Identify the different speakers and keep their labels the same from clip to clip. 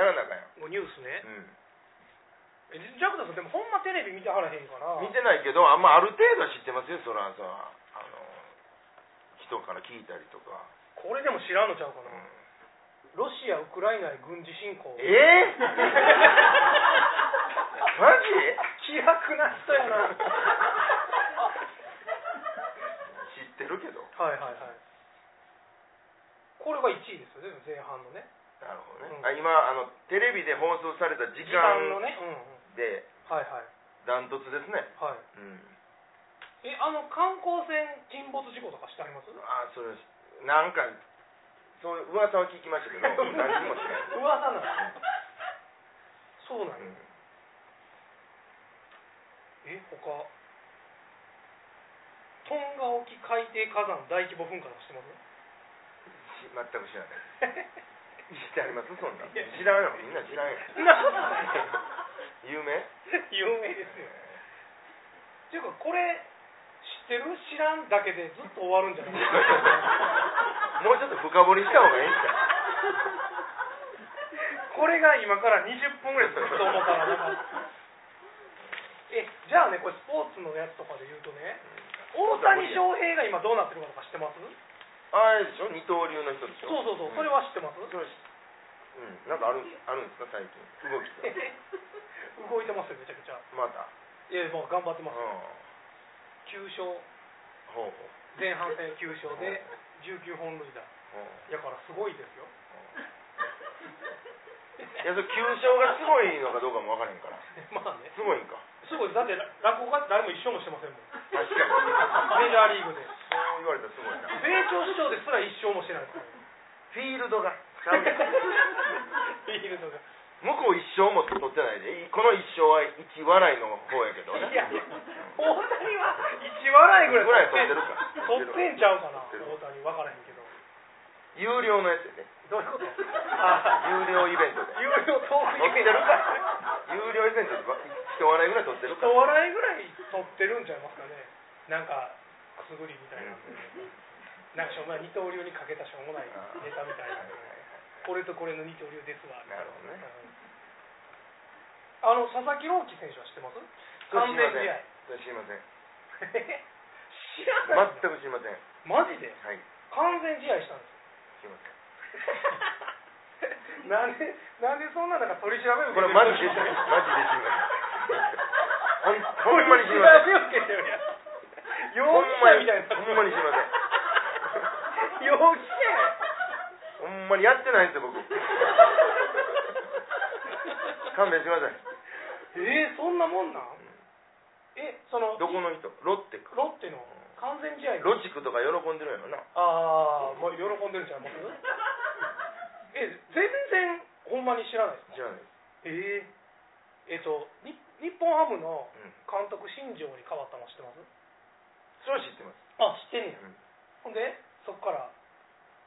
Speaker 1: 構ニュースね、
Speaker 2: うん
Speaker 1: えジャクダさんでもほんまテレビ見てはらへんから
Speaker 2: 見てないけどあんまある程度は知ってますよそらさあの人から聞いたりとか、
Speaker 1: これでも知らんのちゃうか
Speaker 2: う
Speaker 1: な、
Speaker 2: ん
Speaker 1: ロシアウクライナへ軍事侵
Speaker 2: え
Speaker 1: 攻
Speaker 2: ー、マジ
Speaker 1: 気楽な人やな
Speaker 2: 知ってるけど
Speaker 1: はいはいはいこれが1位ですよね前半のね
Speaker 2: なるほどね、
Speaker 1: うん
Speaker 2: あ今あのテレビで放送された時
Speaker 1: 時間の
Speaker 2: 間
Speaker 1: ね、うんうん、
Speaker 2: で
Speaker 1: はいはい
Speaker 2: ダントツですね
Speaker 1: はい
Speaker 2: うん
Speaker 1: えあの観光船沈没事故とかしてあり ます
Speaker 2: あそれなんかそういう噂は聞きましたけ ど何にもしない、
Speaker 1: 噂なんだそうなん
Speaker 2: う
Speaker 1: や
Speaker 2: ん
Speaker 1: え他トンガ沖海底火山大規模噴火とかしてます
Speaker 2: し全く知らない知ってありますそんなん知らんよみんな知らんよ
Speaker 1: そんなことない
Speaker 2: 有名
Speaker 1: 有名ですよっていうかこれ知ってる知らんだけでずっと終わるんじゃない
Speaker 2: もうちょっと深掘りした方がいいんちゃう
Speaker 1: これが今から20分ぐらいすると思ったらなんか えじゃあねこれスポーツのやつとかで言うとね大谷翔平が今どうなってるかとか知ってます
Speaker 2: あれでしょ二刀流の人でし
Speaker 1: そう
Speaker 2: ょ
Speaker 1: そうそう、それ
Speaker 2: は
Speaker 1: は知ってます
Speaker 2: それうんなんかあるあるんですか最近動き って
Speaker 1: 動いてますよめちゃくちゃ
Speaker 2: また
Speaker 1: いやもう頑張って
Speaker 2: うん
Speaker 1: ます9勝
Speaker 2: ほうほう
Speaker 1: 前半戦9勝で19本塁打
Speaker 2: ほう
Speaker 1: やからすごいですよ
Speaker 2: いやそれ球勝がすごいのかどうかも分からへんからす
Speaker 1: まあね
Speaker 2: ごい んか
Speaker 1: すごいだって落語家って誰も一生もしてませ んもん
Speaker 2: 確かに
Speaker 1: メジャーリーグで
Speaker 2: そう言われたらすごいな
Speaker 1: 米朝市長ですら一生もしてないですから
Speaker 2: フィールドがちゃうやん
Speaker 1: ビールとか
Speaker 2: 向こう一生も取ってないでこの一生は一笑いの方やけどね
Speaker 1: いやいや
Speaker 2: うん
Speaker 1: 大谷は1笑いぐらい取ってん
Speaker 2: ぐらい取ってるか
Speaker 1: 取ってんちゃうかな
Speaker 2: 取
Speaker 1: 大
Speaker 2: ってる
Speaker 1: 谷分からへんけど
Speaker 2: 有料のやつやね
Speaker 1: どういうこと
Speaker 2: 有料イベントで
Speaker 1: 有料トーク
Speaker 2: 取って
Speaker 1: イベ
Speaker 2: る
Speaker 1: ント
Speaker 2: か有料イベントで一笑いぐらい取ってる
Speaker 1: 一
Speaker 2: か
Speaker 1: 笑いぐらい取ってるんちゃいますかねなんかくすぐりみたいななんかしょうもない二刀流にかけたしょうもないネタみたいなこれとこれの二刀流ですわ
Speaker 2: なるほどね
Speaker 1: あの佐々木朗希選手は知ってます
Speaker 2: それ
Speaker 1: 完全試合
Speaker 2: 知りません
Speaker 1: 知らない
Speaker 2: 全く知りませんは
Speaker 1: マジで
Speaker 2: い
Speaker 1: 完全試合したんです
Speaker 2: 知りません
Speaker 1: よなんでなんでそんななんか取り調べを
Speaker 2: これマジで知りませんマジで知りませんほんほんまに知りません
Speaker 1: 調べを受けてるやん容
Speaker 2: ほん
Speaker 1: 疑
Speaker 2: ま
Speaker 1: 者
Speaker 2: に
Speaker 1: みたいな
Speaker 2: ほんまに知りません
Speaker 1: 容疑者やん
Speaker 2: ほんまにやってないんですよ 僕勘弁してください
Speaker 1: えー、そんなもんなんえその
Speaker 2: どこの人ロッテか
Speaker 1: ロッテの完全試合
Speaker 2: ロジックとか喜んでるんやろな
Speaker 1: ああもう喜んでるん ちゃいますえ全然ほんまに知らないです
Speaker 2: 知らないです
Speaker 1: えー、えっとに日本ハムの
Speaker 2: うん
Speaker 1: 監督新庄に変わったの知ってます
Speaker 2: それは知ってます
Speaker 1: あ知ってんねや、
Speaker 2: うん
Speaker 1: ほんでそっから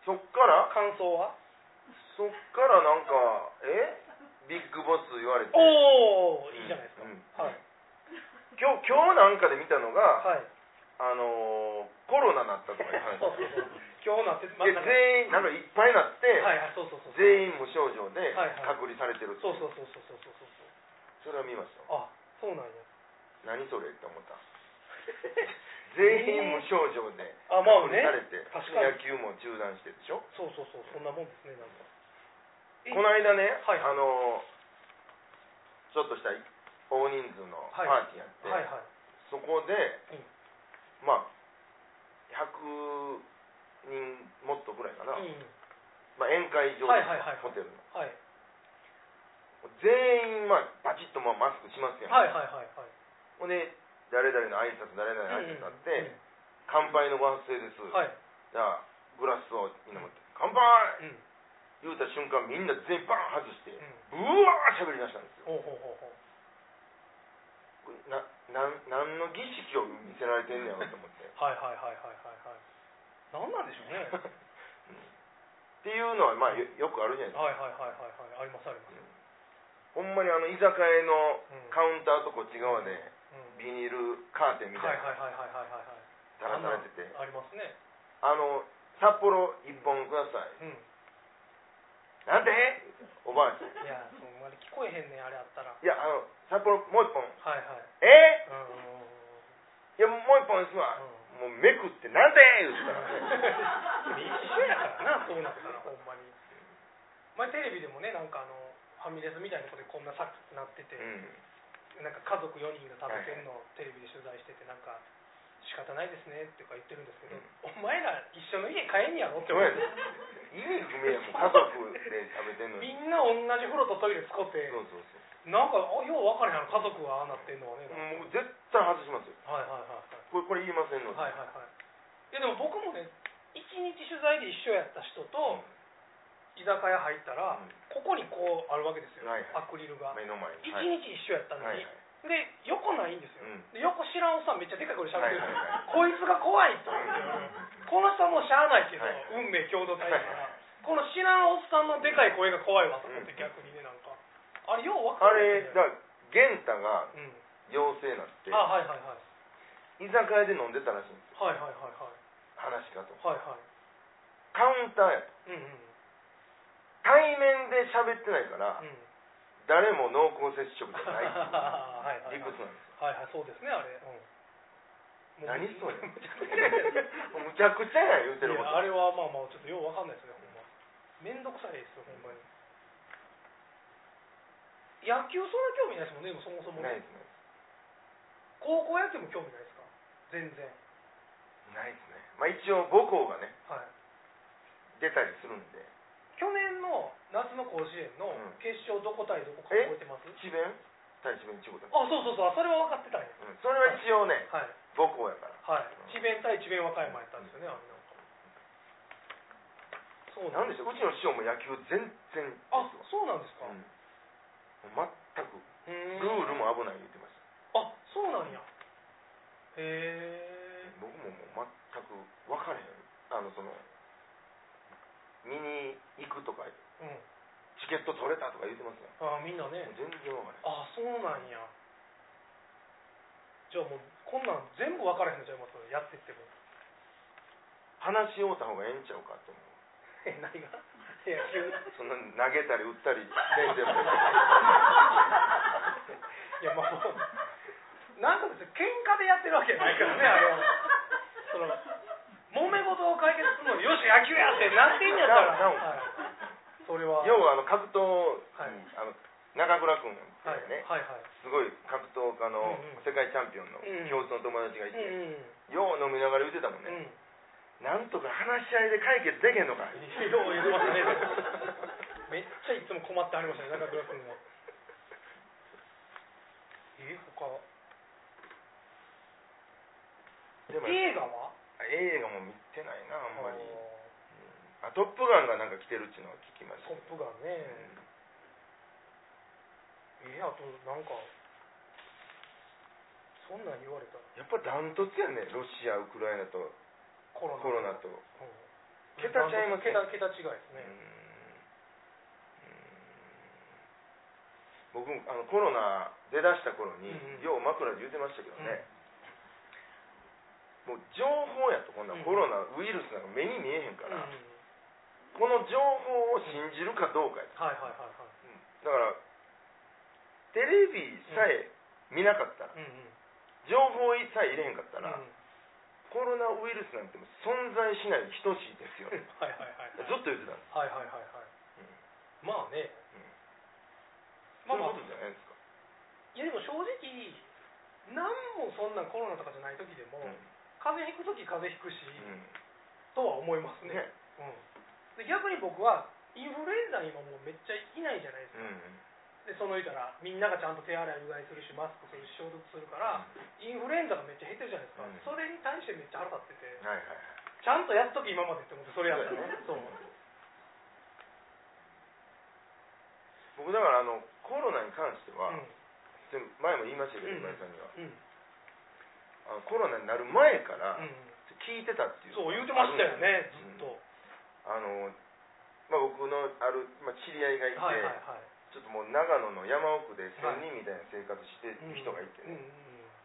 Speaker 2: そっから
Speaker 1: 感想は
Speaker 2: そっからなんかえビッグボス言われて
Speaker 1: おおいいじゃないですか、
Speaker 2: うん
Speaker 1: はい
Speaker 2: 今日今日なんかで見たのが、
Speaker 1: はい
Speaker 2: あのーコロナなったとかいう話
Speaker 1: そうそうそう今日なってま
Speaker 2: で
Speaker 1: なんか
Speaker 2: 全員なんかいっぱいなって、
Speaker 1: はいはいそうそうそうそう
Speaker 2: 全員無症状で
Speaker 1: はいはい
Speaker 2: 隔離されてるって
Speaker 1: そう
Speaker 2: いう
Speaker 1: そうそうそうそうそうそう
Speaker 2: それは見ました
Speaker 1: あそう なんや
Speaker 2: 何それって思った全員無症状で
Speaker 1: あまあね
Speaker 2: 隔離されて、
Speaker 1: 確かに
Speaker 2: 野球も中断してでしょ
Speaker 1: そうそうそうそんなもんですねなんかえ
Speaker 2: この間ね、
Speaker 1: はい
Speaker 2: あのーちょっとした大人数の
Speaker 1: はい
Speaker 2: パーティーやって、
Speaker 1: はいはい
Speaker 2: そこで、
Speaker 1: うん
Speaker 2: まあ100人もっとぐらいかな、
Speaker 1: うん
Speaker 2: まあ、宴会場
Speaker 1: はいはいはい
Speaker 2: ホテルの
Speaker 1: はい
Speaker 2: 全員、まあ、バチッとまあマスクしますやん、
Speaker 1: はいはいはいはい
Speaker 2: ほんで誰々の挨拶誰々の挨拶あって、乾杯のご発声です、
Speaker 1: うんはい
Speaker 2: じゃあグラスをみんな持って「乾杯!」
Speaker 1: うんうん
Speaker 2: 言うた瞬間みんな全員バーン外して、うわー喋りだしたんですよ
Speaker 1: ほうほうほうほう
Speaker 2: これななん何の儀式を見せられてんねやろと思っ て
Speaker 1: はいはいはいはいはいはいなんなんでしょうね
Speaker 2: っていうのはまあよよくあるじゃないですか
Speaker 1: はいはいはいはいはいありますあります
Speaker 2: ほんまにあの居酒屋の
Speaker 1: うん
Speaker 2: カウンターとこっち側で
Speaker 1: うん
Speaker 2: ビニールカーテンみ
Speaker 1: は
Speaker 2: たい
Speaker 1: い
Speaker 2: な
Speaker 1: は
Speaker 2: い
Speaker 1: はいはいはいはいはい
Speaker 2: 垂らされてて
Speaker 1: ありますね
Speaker 2: 「あの札幌一本ください
Speaker 1: うん」
Speaker 2: 「なんでおばあちゃん
Speaker 1: いやそうあれ聞こえへんねんあれあったらはい
Speaker 2: いやあの札幌もう一本
Speaker 1: はい
Speaker 2: え
Speaker 1: うんうんうん
Speaker 2: いやもう一本ですわ、もうめくってなんで言ったら
Speaker 1: 一緒やからなそうなったらほんまに前テレビでもねなんかあのファミレスみたいなとこでこんなさなってて、
Speaker 2: うん
Speaker 1: なんか家族4人が食べてるのをテレビで取材しててなんか仕方ないですねってか言ってるんですけど、お前ら一緒の家帰んやろって思う
Speaker 2: 意味不明やもん家族で食べてんの
Speaker 1: み
Speaker 2: に
Speaker 1: んな同じ風呂とトイレ使って
Speaker 2: そうそうそう
Speaker 1: なんかあよう分からへんやろ家族はああなってんのはね、
Speaker 2: もう絶対外しますよ
Speaker 1: はいはいはいはい
Speaker 2: これこれ言いませんので、
Speaker 1: はいはいはいいやでも僕もね一日取材で一緒やった人と居酒屋入ったら、
Speaker 2: うん
Speaker 1: ここにこうあるわけですよ、
Speaker 2: はいはい
Speaker 1: アクリルが、
Speaker 2: 目の前
Speaker 1: 一
Speaker 2: に、
Speaker 1: 日一緒やったの
Speaker 2: はい
Speaker 1: に、で横ないんです
Speaker 2: う
Speaker 1: よ、
Speaker 2: ん
Speaker 1: で横知らんおっさんめっちゃでかい声で喋ってる、
Speaker 2: はい
Speaker 1: こいつが怖いと思ってこの人はもうしゃあないけど、
Speaker 2: はい
Speaker 1: 運命共同体だから
Speaker 2: は
Speaker 1: この知らんおっさんのでかい声が怖いわと思っ
Speaker 2: う
Speaker 1: て
Speaker 2: ん
Speaker 1: 逆にねなんかあれようわ
Speaker 2: あ
Speaker 1: か
Speaker 2: れ
Speaker 1: る
Speaker 2: だから玄太が
Speaker 1: うん
Speaker 2: 陽性になって
Speaker 1: あはいはいはい
Speaker 2: 居酒屋で飲んでたらしいんですよ
Speaker 1: はいはいはいはい
Speaker 2: 話し方と
Speaker 1: はいはい
Speaker 2: カウンターやと
Speaker 1: うんうん
Speaker 2: 対面で喋ってないから、
Speaker 1: うん
Speaker 2: 誰も濃厚接触じゃない
Speaker 1: はいはいは
Speaker 2: 理
Speaker 1: い
Speaker 2: 屈なんです
Speaker 1: はいはいそうですねあれうん
Speaker 2: 何それ
Speaker 1: むちゃくちゃや
Speaker 2: よむちゃくちゃや言うて
Speaker 1: い
Speaker 2: る
Speaker 1: や
Speaker 2: こ
Speaker 1: あ
Speaker 2: と
Speaker 1: れはまあまあちょっとようわかんないですねほんまめんどくさいですよほんまに野球そんな興味ないですもんねでもそもそも
Speaker 2: ないで
Speaker 1: ね
Speaker 2: すね
Speaker 1: 高校野球も興味ないですか全然
Speaker 2: ないですねまあ一応母校がね
Speaker 1: はい
Speaker 2: 出たりするんで
Speaker 1: 去年の夏の甲子園の
Speaker 2: うん
Speaker 1: 決勝どこ対どこか覚えてます、
Speaker 2: 智弁対智弁中国だ、う
Speaker 1: あそうそうそうあそれは分かってたんや
Speaker 2: ん、それは一応ね
Speaker 1: はい
Speaker 2: 母校やから
Speaker 1: はい智弁対智弁和歌山やったんですよねあれな
Speaker 2: なん
Speaker 1: んかそうで
Speaker 2: でしょううちの師匠も野球全然です
Speaker 1: あ
Speaker 2: わ
Speaker 1: そうなんですか、
Speaker 2: うんもう全く
Speaker 1: うーん
Speaker 2: ルールも危ない言ってまし
Speaker 1: あそうなんやへえ
Speaker 2: た僕ももう全く分からへんあのその見に行くとか
Speaker 1: うん
Speaker 2: チケット取れたとか言ってますよ
Speaker 1: あみんなね
Speaker 2: もう全然分からへん
Speaker 1: あそうなんやじゃあもうこんなん全部分からへんのちゃいますやってっても
Speaker 2: 話し合うた方がええんちゃうかって思う
Speaker 1: え何が野球
Speaker 2: そんな投げたり打った り全然も
Speaker 1: いやまあもうなんか別に喧嘩でやってるわけじゃないからねあれはその揉め事を解決するのによし野球や ってなってんやったら、
Speaker 2: なおなお
Speaker 1: はい、それは
Speaker 2: 要はあの格闘、
Speaker 1: はい
Speaker 2: あの中倉君
Speaker 1: はい
Speaker 2: がね、
Speaker 1: はいはい
Speaker 2: すごい格闘家の
Speaker 1: うんうん
Speaker 2: 世界チャンピオンの
Speaker 1: うん
Speaker 2: 共通の友達がい
Speaker 1: うん
Speaker 2: て、
Speaker 1: うん
Speaker 2: よう飲みながら言ってたもん
Speaker 1: う
Speaker 2: ね、
Speaker 1: ん
Speaker 2: なんとか話し合いで解決できへんのか
Speaker 1: よう言ってましたね。 めっちゃいつも困ってありましたね、中倉君が。え、他
Speaker 2: でも
Speaker 1: 映画は
Speaker 2: 映画も見てないなあんまり
Speaker 1: あ
Speaker 2: あトップガンがなんか来てるっていうのは聞きま
Speaker 1: ー
Speaker 2: した
Speaker 1: トッ
Speaker 2: けど
Speaker 1: プガンね。え、あとなんか、そんなん言われたら
Speaker 2: やっぱダントツやねロシアウクライナと
Speaker 1: コロナ。
Speaker 2: コロナと、
Speaker 1: うん。
Speaker 2: 桁違いますね
Speaker 1: 桁桁違いです
Speaker 2: う
Speaker 1: ね。
Speaker 2: んうん僕もあのコロナ出だした頃に、
Speaker 1: うんうん
Speaker 2: よう枕で言うてましたけどね、もう情報やとこんなんコロナウイルスなんか目に見えへんか
Speaker 1: うん。
Speaker 2: ら、
Speaker 1: はい
Speaker 2: この情報を信じるかどうかや
Speaker 1: はいはい
Speaker 2: だ
Speaker 1: は
Speaker 2: からテレビさえ見なかったら、
Speaker 1: い。うんうん。
Speaker 2: 情報さえ入れへんかったら、
Speaker 1: うん
Speaker 2: コロナウイルスなんてもう存在しないに等しいです よ、
Speaker 1: はいはいはい
Speaker 2: ずっ
Speaker 1: はい。
Speaker 2: と言ってたんです
Speaker 1: はいはいはいはい、まあね、
Speaker 2: そう
Speaker 1: まあ
Speaker 2: いうこ
Speaker 1: まあ
Speaker 2: とじゃないですか、
Speaker 1: いやでも正直何もそんなコロナとかじゃない時でも、風邪ひく時風邪ひくし、
Speaker 2: うん
Speaker 1: とは思いますね
Speaker 2: ね
Speaker 1: うん、で逆に僕はインフルエンザ今もうめっちゃいないじゃないですか、でその言うたらみんながちゃんと手洗いうがいするしマスクするし消毒するから、インフルエンザがめっちゃ減ってるじゃないですか、
Speaker 2: うん
Speaker 1: それに対してめっちゃ腹立ってて、
Speaker 2: はいはいはい
Speaker 1: ちゃんとやっとき今までって思ってそれやったらね
Speaker 2: そ
Speaker 1: そうう
Speaker 2: だね僕だからあのコロナに関しては、
Speaker 1: うん
Speaker 2: で前も言いましたけど
Speaker 1: うん
Speaker 2: 今井さんには
Speaker 1: うん
Speaker 2: あのコロナになる前から
Speaker 1: うん
Speaker 2: 聞いてたっていう、
Speaker 1: そう言うてましたよね
Speaker 2: うん
Speaker 1: ずっと、
Speaker 2: あの、まあ、僕のある、まあ、知り合いがいて、
Speaker 1: はいはいはい
Speaker 2: ちょっともう長野の山奥で仙人みたいな生活してる人がいて
Speaker 1: うん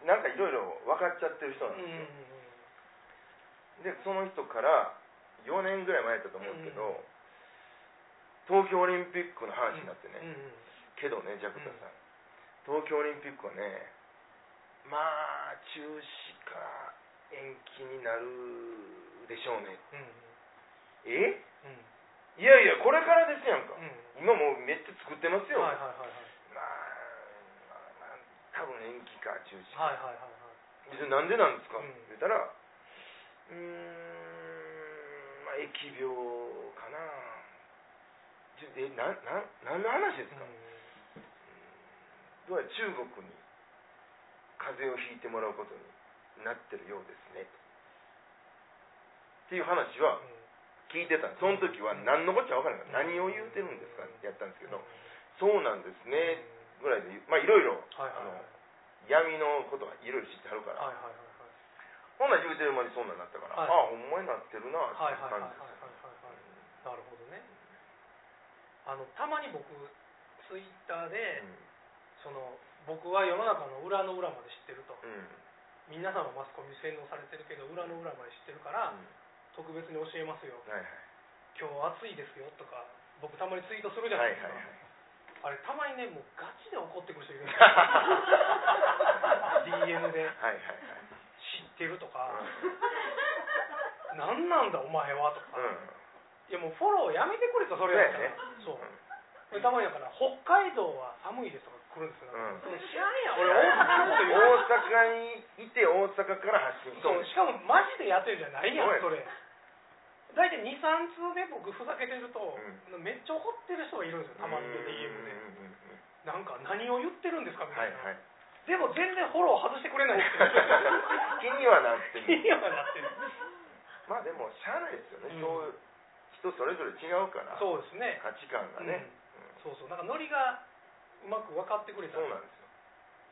Speaker 2: ね、なんかいろいろ分かっちゃってる人なん
Speaker 1: うんうん
Speaker 2: で
Speaker 1: うん
Speaker 2: すよ、でその人から4年ぐらい前だったと思うんですけど、東京オリンピックの話になってね、
Speaker 1: うんうん
Speaker 2: けどねジャクタさん、東京オリンピックはねまあ中止か延期になるでしょうね
Speaker 1: うん
Speaker 2: え
Speaker 1: うん
Speaker 2: いやいやこれからですやんか、
Speaker 1: うん
Speaker 2: 今もうめっちゃ作ってますよ、
Speaker 1: はいはいはい
Speaker 2: まあまあ、まあ、多分延期か中止
Speaker 1: はいは
Speaker 2: か、
Speaker 1: いは
Speaker 2: 別
Speaker 1: いはい
Speaker 2: になんでなんですか、
Speaker 1: うん
Speaker 2: 言ったらうーんまあ疫病かなちょえなな何の話です
Speaker 1: う
Speaker 2: か、
Speaker 1: ん
Speaker 2: どうやら中国に風邪をひいてもらうことになってるようですねっていう話は聞いてたその時は何のこっちゃ分からなかった何を言うてるんですかってやったんですけどそうなんですねぐらいで言うまあいろいろ
Speaker 1: はいはいはい
Speaker 2: 闇のことはいろいろ知ってはるから、
Speaker 1: はいはいはい
Speaker 2: ほんなら言うてる間にそんなんなったから、
Speaker 1: はい
Speaker 2: ああほんまになってるなって
Speaker 1: はいはいはいは
Speaker 2: いう感
Speaker 1: いはいはい
Speaker 2: じですよ
Speaker 1: はいなるほどねあのたまに僕ツイッターで、その僕は世の中の裏の裏まで知ってると、
Speaker 2: うんうん
Speaker 1: 皆さんはマスコミに洗脳されてるけど裏の裏まで知ってるから、
Speaker 2: うん
Speaker 1: 特別に教えますよ
Speaker 2: はいはい
Speaker 1: 今日暑いですよとか僕たまにツイートするじゃないですか、
Speaker 2: はいはい
Speaker 1: あれたまにねもうガチで怒ってくる人いるん
Speaker 2: はい
Speaker 1: ですよ DM で
Speaker 2: はいはい
Speaker 1: 知ってるとか 何なんだお前はとか、
Speaker 2: うん
Speaker 1: いやもうフォローやめてくれとそれやったら、そうでたまにだから北海道は寒いですとか来るんですよ、
Speaker 2: うん
Speaker 1: その知らんやん
Speaker 2: 俺大阪にい
Speaker 1: 俺大阪のこと言う
Speaker 2: て大阪から発信し
Speaker 1: そ
Speaker 2: とね
Speaker 1: うん
Speaker 2: ん
Speaker 1: しかもマジでやってるじゃないやん
Speaker 2: そ
Speaker 1: そうれ大体23通で僕ふざけてると、
Speaker 2: う
Speaker 1: めっちゃ怒ってる人がいるんですよたまに DM で
Speaker 2: うんうんうんうん
Speaker 1: なんか何を言ってるんですかみ
Speaker 2: はい
Speaker 1: たい
Speaker 2: は
Speaker 1: な、
Speaker 2: い
Speaker 1: でも全然フォロー外してくれないんですよ
Speaker 2: 気にはなって
Speaker 1: 気
Speaker 2: る
Speaker 1: にはなってる
Speaker 2: まあでもしゃあないですよね、そ
Speaker 1: うん
Speaker 2: ういう人それぞれ違うから
Speaker 1: そうですね
Speaker 2: 価値観がね、うん
Speaker 1: そうそうなんかノリがうまく分かってくれた
Speaker 2: そうな
Speaker 1: ら
Speaker 2: んです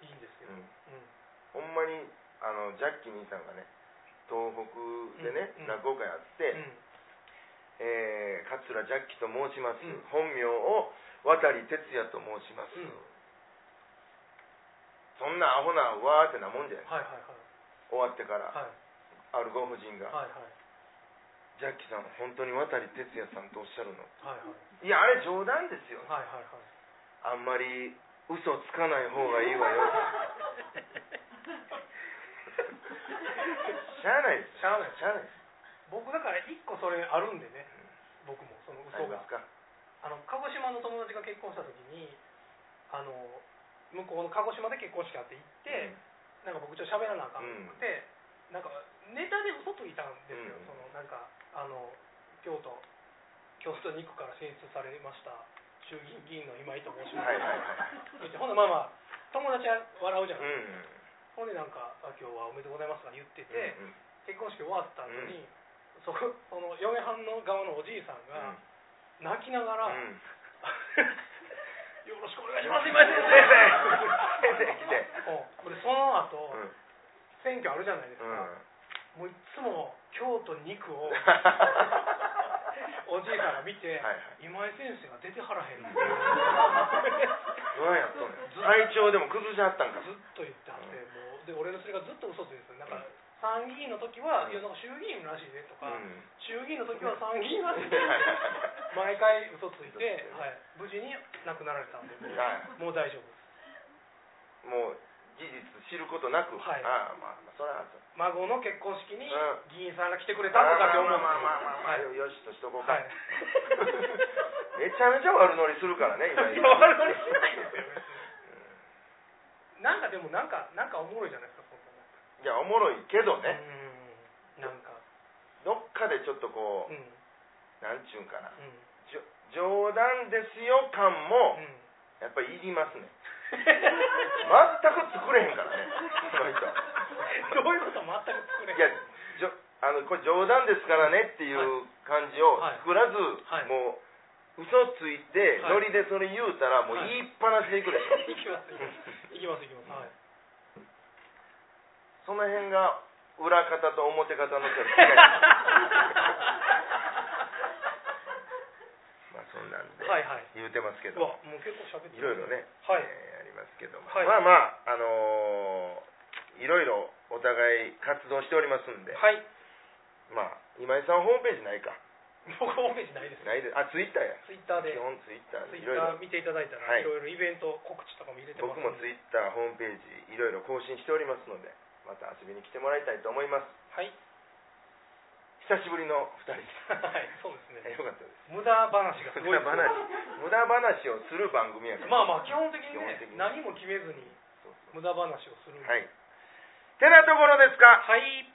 Speaker 1: いいんですけ
Speaker 2: よ、
Speaker 1: ど、
Speaker 2: うん
Speaker 1: うん
Speaker 2: ほんまにあのジャッキー兄さんがね東北でね、
Speaker 1: うんうん
Speaker 2: 落語会あって、
Speaker 1: うん
Speaker 2: えー桂ジャッキーと申します、
Speaker 1: うん
Speaker 2: 本名を渡哲也と申します、
Speaker 1: うん
Speaker 2: そんなアホなわーってなもんじゃない
Speaker 1: はいはい
Speaker 2: 終わってから、
Speaker 1: はい
Speaker 2: あるご婦人が、
Speaker 1: はいはい
Speaker 2: ジャッキーさん本当に渡哲也さんとおっしゃるの
Speaker 1: はいはい
Speaker 2: いやあれ冗談ですよ
Speaker 1: はいはいはいはい
Speaker 2: あんまり嘘つかない方がいいわよ しゃあないです
Speaker 1: しゃあない
Speaker 2: しゃあないです
Speaker 1: 僕だから一個それあるんでね僕もその
Speaker 2: あ
Speaker 1: 嘘
Speaker 2: り
Speaker 1: が
Speaker 2: ますか
Speaker 1: あの鹿児島の友達が結婚した時にあの向こうの鹿児島で結婚式あって行って、なんか僕ちょっと喋らなあかんくて、なんかネタで嘘ついたんですよ、
Speaker 2: うん
Speaker 1: そのなんかあの京都京都2区から選出されました衆議院議員の今井と申し
Speaker 2: うんは
Speaker 1: ま
Speaker 2: いはいはい
Speaker 1: す、言ってほんならまあまあ友達は笑
Speaker 2: うんん
Speaker 1: うじゃ、ほんでなんかあ「今日はおめでとうございます」とか言ってて、
Speaker 2: うんうん
Speaker 1: 結婚式終わった後に、そこその嫁はんの側のおじいさんが泣きながら、
Speaker 2: う ん
Speaker 1: よろしくお願いします、今井先生。
Speaker 2: 先生来て
Speaker 1: うんでその後、
Speaker 2: うん
Speaker 1: 選挙あるじゃないです
Speaker 2: うん
Speaker 1: か。もういつも京都2 区をおじいさんが見て、
Speaker 2: はいはい
Speaker 1: 今井先生が出てはらへん。ず
Speaker 2: 何やったのよ体調でも崩しはったんか
Speaker 1: っと言ってはって、もうで俺のそれがずっと嘘ついてるんですよ。なんか参議院の時は、いやなんか衆議院らしいねとか、
Speaker 2: うん
Speaker 1: 衆議院の時は参議院らしいね。
Speaker 2: は
Speaker 1: 毎回嘘つい
Speaker 2: 嘘つい
Speaker 1: て
Speaker 2: て、
Speaker 1: はい、無事に亡くなられたんで、もう
Speaker 2: い
Speaker 1: もう大丈夫です。
Speaker 2: もう事実知ることなく
Speaker 1: はい
Speaker 2: ああまあまあそれはそう
Speaker 1: 孫の結婚式に
Speaker 2: うん
Speaker 1: 議員さんが来てくれた
Speaker 2: ま
Speaker 1: のか
Speaker 2: あ
Speaker 1: と思
Speaker 2: ま
Speaker 1: う
Speaker 2: あまあまあまあまあ
Speaker 1: はい
Speaker 2: よしとしとこうか
Speaker 1: はい
Speaker 2: めちゃめちゃ悪乗りするからね今
Speaker 1: いや悪乗りしないですよなんかでもなんかなんかおもろいじゃないですかそんな
Speaker 2: いや
Speaker 1: の
Speaker 2: おもろいけどね
Speaker 1: うんなんか
Speaker 2: どっかでちょっとこ
Speaker 1: う
Speaker 2: うん
Speaker 1: うん
Speaker 2: なんちゅうんかな
Speaker 1: うん
Speaker 2: じょ冗談ですよ感も
Speaker 1: うん
Speaker 2: やっぱりいりますね全く作れへんからねこの人
Speaker 1: どういうこと全く作れへん
Speaker 2: いやじょあのこれ冗談ですからねっていう感じを
Speaker 1: はい
Speaker 2: 作らず、
Speaker 1: はい
Speaker 2: もう嘘ついて、
Speaker 1: はい
Speaker 2: ノリでそれ言うたらもう
Speaker 1: はい
Speaker 2: 言いっぱなしでいくでしょ、
Speaker 1: い きま すいきますいきますはい
Speaker 2: その辺が裏方と表方の人ま あそんなんで
Speaker 1: はいはい
Speaker 2: 言うてますけ
Speaker 1: う
Speaker 2: ど
Speaker 1: わもう結構喋って
Speaker 2: い
Speaker 1: る
Speaker 2: ろいろね、
Speaker 1: はい
Speaker 2: えーありますけども、
Speaker 1: はい
Speaker 2: まあまああのーいろいろお互い活動しておりますんで、
Speaker 1: はい
Speaker 2: まあ今井さんホームページないか
Speaker 1: 僕ホームページないですね
Speaker 2: ないであツイッターや
Speaker 1: ツイッターで
Speaker 2: 基本ツイッター
Speaker 1: ツ
Speaker 2: で
Speaker 1: イ
Speaker 2: い
Speaker 1: ッ
Speaker 2: ろい
Speaker 1: タ
Speaker 2: ろ
Speaker 1: ー見ていただいたら、
Speaker 2: はい
Speaker 1: いろいろイベント告知とかも入れてます
Speaker 2: 僕もツ
Speaker 1: イ
Speaker 2: イッターホームページいろいろ更新しておりますのでまた遊びに来てもらいたいと思います
Speaker 1: はい
Speaker 2: 久しぶりの2人
Speaker 1: はい そうですね
Speaker 2: よかったです
Speaker 1: 無駄話がすご い
Speaker 2: 無駄話無駄話をする番組やから
Speaker 1: まあまあ基本的にね
Speaker 2: 基本的に
Speaker 1: 何も決めずに
Speaker 2: そうそう
Speaker 1: 無駄話をするんで
Speaker 2: はいてなところですか
Speaker 1: はい